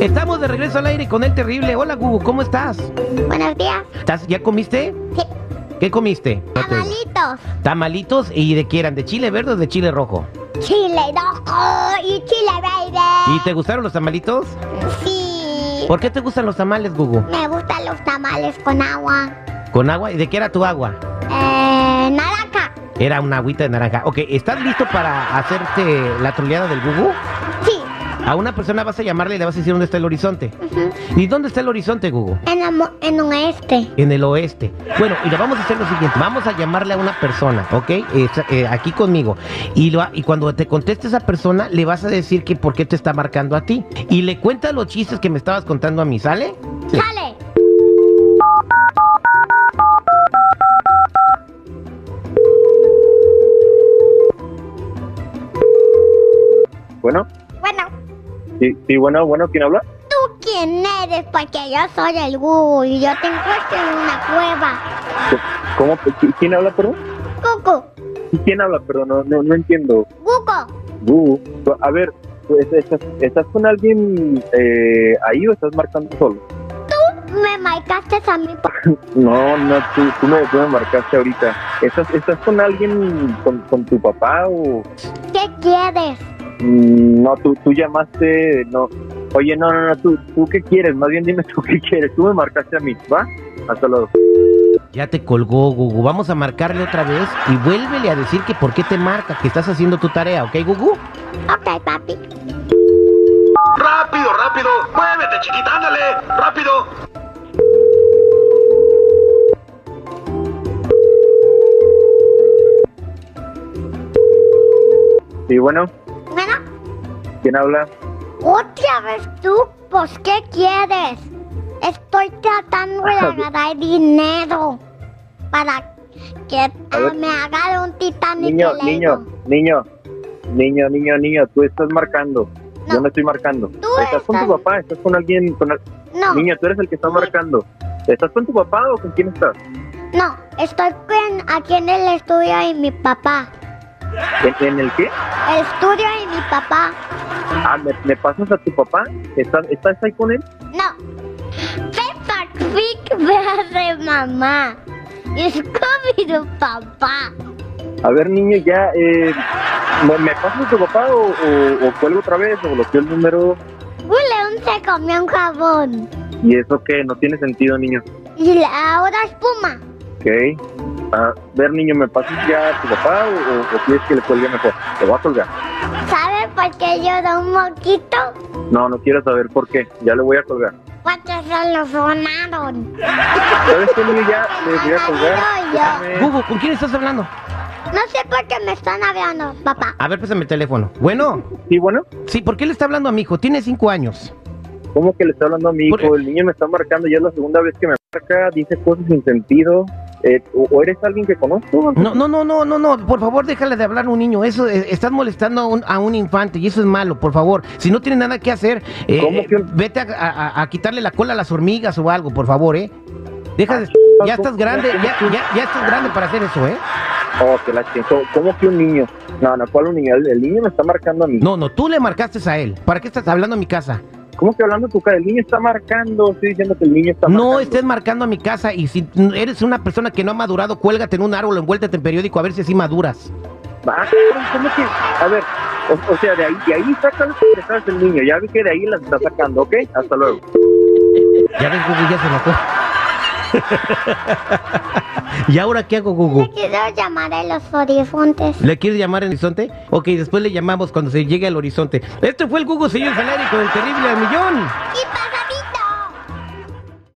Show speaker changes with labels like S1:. S1: Estamos de regreso al aire con el terrible. Hola, Gugu, ¿cómo estás?
S2: Buenos días.
S1: ¿Estás- ¿Ya comiste?
S2: Sí.
S1: ¿Qué comiste? No te-
S2: Tamalitos.
S1: Tamalitos y de qué eran, de chile verde o de chile rojo.
S2: Chile rojo y chile
S1: ¿Y
S2: baby.
S1: te gustaron los tamalitos?
S2: Sí.
S1: ¿Por qué te gustan los tamales, Gugu?
S2: Me gustan los tamales con agua.
S1: ¿Con agua? ¿Y de qué era tu agua?
S2: Eh, naranja.
S1: Era una agüita de naranja. Ok, ¿estás listo para hacerte la troleada del Gugu?
S2: Sí.
S1: A una persona vas a llamarle y le vas a decir dónde está el horizonte.
S2: Ujú.
S1: ¿Y dónde está el horizonte, Gugu?
S2: En, el mo- en este. oeste.
S1: En el oeste. Bueno, y le vamos a hacer lo siguiente. Vamos a llamarle a una persona, ¿ok? Eh, sa- eh, aquí conmigo. Y, lo, ha- y cuando te conteste esa persona, le vas a decir que por qué te está marcando a ti. Y le cuentas los chistes que me estabas contando a mí, ¿sale?
S2: Sale.
S3: Bueno,
S2: Bueno,
S3: sí, sí, bueno, bueno, ¿quién habla?
S2: ¿tú quién eres? Porque yo soy el Gugu y yo te encuentro en una cueva.
S3: ¿Cómo? ¿Qui- ¿Quién habla, perdón?
S2: Cucu,
S3: ¿Quién habla, perdón? No, no, no entiendo.
S2: Cuco,
S3: Uh, a ver, pues, ¿estás, estás con alguien eh, ahí o estás marcando solo?
S2: me marcaste a mi papá.
S3: No, no, tú, tú me, tú me marcaste ahorita. ¿Estás, estás con alguien, con, con tu papá o...?
S2: ¿Qué quieres?
S3: Mm, No, tú, tú llamaste, no. Oye, no, no, no, tú, tú qué quieres, más bien dime tú qué quieres. Tú me marcaste a mí, ¿va? Hasta luego.
S1: Ya te colgó, Gugu. Vamos a marcarle otra vez y vuélvele a decir que por qué te marca, que estás haciendo tu tarea, ¿ok, Gugu?
S2: Ok, papi.
S4: ¡Rápido, rápido! ¡Muévete, chiquita! ¡Ándale! ¡Rápido!
S3: Sí, bueno,
S2: Bueno,
S3: ¿quién habla?
S2: otra vez tú, pues ¿qué quieres? Estoy tratando de
S3: Ajá, bien.
S2: agarrar dinero para que ah,
S3: ver.
S2: me haga un Titanic.
S3: Niño,
S2: de
S3: niño,
S2: Lego.
S3: niño, niño, niño, niño, tú estás marcando.
S2: No.
S3: Yo no estoy marcando. ¿Estás con
S2: estás-
S3: tu papá? ¿Estás con alguien? Con al-
S2: No,
S3: Niño, tú eres el que está marcando. ¿Estás con tu papá o con quién estás?
S2: no, estoy con- aquí en el estudio y mi papá.
S3: ¿En, en el qué?
S2: El estudio y mi papá.
S3: Ah, ¿me, me pasas a tu papá? ¿Estás, ¿Estás ahí con él?
S2: No. Peppa Pig verde mamá. Y Scooby-Doo papá.
S3: A ver, niño, ya, eh, ¿me, me pasas a tu papá o, o, o cuelgo otra vez o bloqueo el número?
S2: Un león se comió un jabón.
S3: Y eso que no tiene sentido, niño.
S2: Y la- ahora espuma.
S3: Ok. A ver, niño, ¿me pasas ya a tu papá o, o, o quieres que le cuelgue mejor? Te voy a colgar.
S2: ¿Sabe por qué llora un moquito?
S3: No, no quiero saber por qué. Ya le voy a colgar.
S2: Porque se lo sonaron.
S3: ¿Sabes qué, niño? Ya le voy a colgar.
S2: Amarillo y yo.
S3: Déjame.
S1: Gugu, ¿con quién estás hablando?
S2: No sé por qué me están hablando, papá.
S1: A ver, pésame el teléfono. Bueno,
S3: Sí, bueno.
S1: sí, ¿por qué le está hablando a mi hijo? Tiene cinco años.
S3: ¿Cómo que le está hablando a mi
S1: ¿Por
S3: hijo? El niño me está marcando. Ya es la segunda vez que me marca. Dice cosas sin sentido. Eh, o, o eres alguien que conozco?
S1: No, no, no, no, no, no. Por favor, déjale de hablar a un niño. Eso, eh, estás molestando a un, a un infante y eso es malo, por favor. Si no tiene nada que hacer, eh,
S3: ¿Cómo que un-
S1: vete a, a- a quitarle la cola a las hormigas o algo, por favor, ¿eh? Deja de...
S3: Ah,
S1: Ya estás grande, ya, ya, ya estás grande para hacer eso, ¿eh?
S3: Oh, que la chingó. ¿Cómo que un niño? No, no, ¿cuál un niño? El, el niño me está marcando a mí.
S1: No, no, tú le marcaste a él. ¿Para qué estás hablando a mi casa?
S3: ¿Cómo que hablando tu cara? El niño está marcando. Estoy diciendo que el niño está marcando.
S1: No estés marcando a mi casa y si eres una persona que no ha madurado, cuélgate en un árbol, envuéltete en periódico a ver si así maduras.
S3: Ah, cabrón, ¿cómo que? A ver, o, o sea, de ahí, de ahí saca las expresadas del niño. Ya vi que de ahí las está sacando, ¿ok? Hasta luego.
S1: Ya ves, Gugu, ya se enojó. ¿Y ahora qué hago,
S2: Le
S1: Gugu?
S2: quiero llamar a los horizontes.
S1: ¿Le quieres llamar al horizonte? Ok, después le llamamos cuando se llegue al horizonte. Este fue el Gugu, señor Salario, con el terrible al millón.
S2: Y